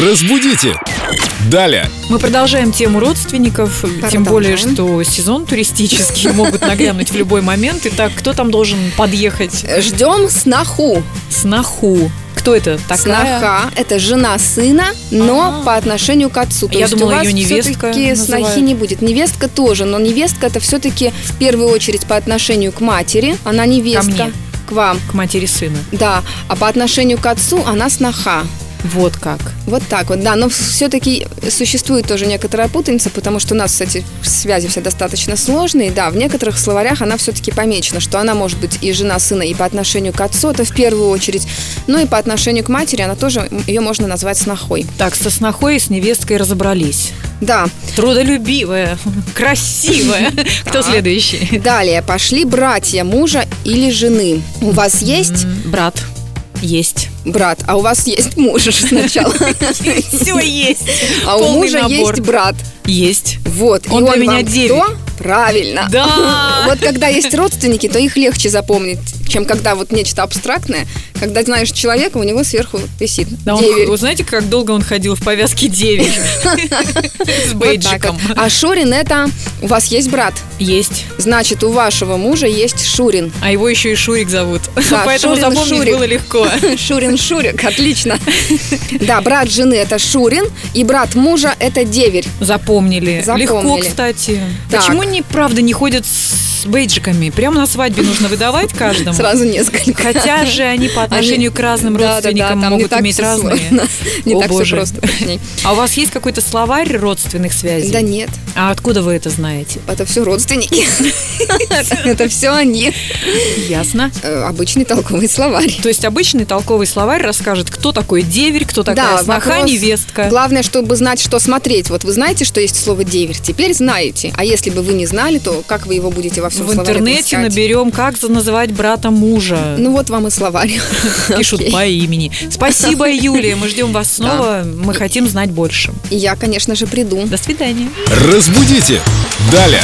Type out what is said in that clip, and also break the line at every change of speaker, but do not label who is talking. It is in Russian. Разбудите! Далее!
Мы продолжаем тему родственников, тем
Продолжаем.
более, что сезон туристический могут нагрянуть в любой момент. Итак, кто там должен подъехать?
Ждем сноху.
Сноху. Кто это такая?
Сноха – это жена сына, но
А.
по отношению к отцу.
Я
есть
думала,
у вас
её невестка
все-таки
называют.
снохи не будет. Невестка тоже, но невестка – это все-таки в первую очередь по отношению к матери. Она невестка.
мне.
К вам,
К матери сына.
да. А по отношению к отцу она сноха.
Вот как.
Вот так вот, да. Но все-таки существует тоже некоторая путаница, потому что у нас, кстати, связи все достаточно сложные. Да, в некоторых словарях она все-таки помечена, что она может быть и жена сына, и по отношению к отцу, это в первую очередь. Ну и по отношению к матери она тоже, ее можно назвать снохой.
Так, со снохой и с невесткой разобрались.
Да,
Трудолюбивая, красивая. Кто
Так.
следующий?
далее пошли братья мужа или жены. У вас есть
М, Брат. Есть.
брат, а у вас есть муж сначала.
Все есть.
А у
Полный
мужа
набор.
есть брат.
Есть.
Вот. и
Он для меня
вам
девять.
кто? Правильно.
Да.
А, Вот когда есть родственники, то их легче запомнить, чем когда вот нечто абстрактное. Когда знаешь человека, у него сверху висит
Да он-
деверь.
вы знаете, как долго он ходил в повязке деверь? С
Вот так
бейджиком.
вот. А Шурин это у вас есть брат.
Есть.
Значит, у вашего мужа есть Шурин.
А его еще и Шурик зовут.
Да,
Поэтому
Шурин,
запомнить
Шурик.
было легко.
Шурин Шурик, отлично. Да, брат жены это Шурин, и брат мужа это деверь.
Запомнили.
Запомнили.
Легко, кстати.
Так.
Почему они, правда, не ходят с бейджиками? Прямо на свадьбе нужно выдавать каждому.
Сразу несколько.
Хотя же они по отношению к разным
Да-да-да,
родственникам
там не
могут
так
иметь
всё
разные.
сложно. Не
О,
так все
боже.
просто. парней.
А у вас есть какой-то словарь родственных связей?
Да нет,
А откуда вы это знаете?
это все родственники. Это все они.
Ясно.
Э, Обычный толковый словарь.
То есть обычный толковый словарь расскажет, кто такой деверь, кто такая
Да,
сноха,
вопрос-
невестка.
Главное, чтобы знать, что смотреть. Вот вы знаете, что есть слово деверь, теперь знаете. А если бы вы не знали, то как вы его будете во всем
В
словаре
интернете
искать?
наберем, как за- называть брата мужа.
Ну вот вам и словарь.
Пишут
Окей.
по имени. Спасибо, Юлия. Мы ждем вас снова. Мы хотим знать больше.
И Я, конечно же, приду.
До свидания.
Разбудите! Далее!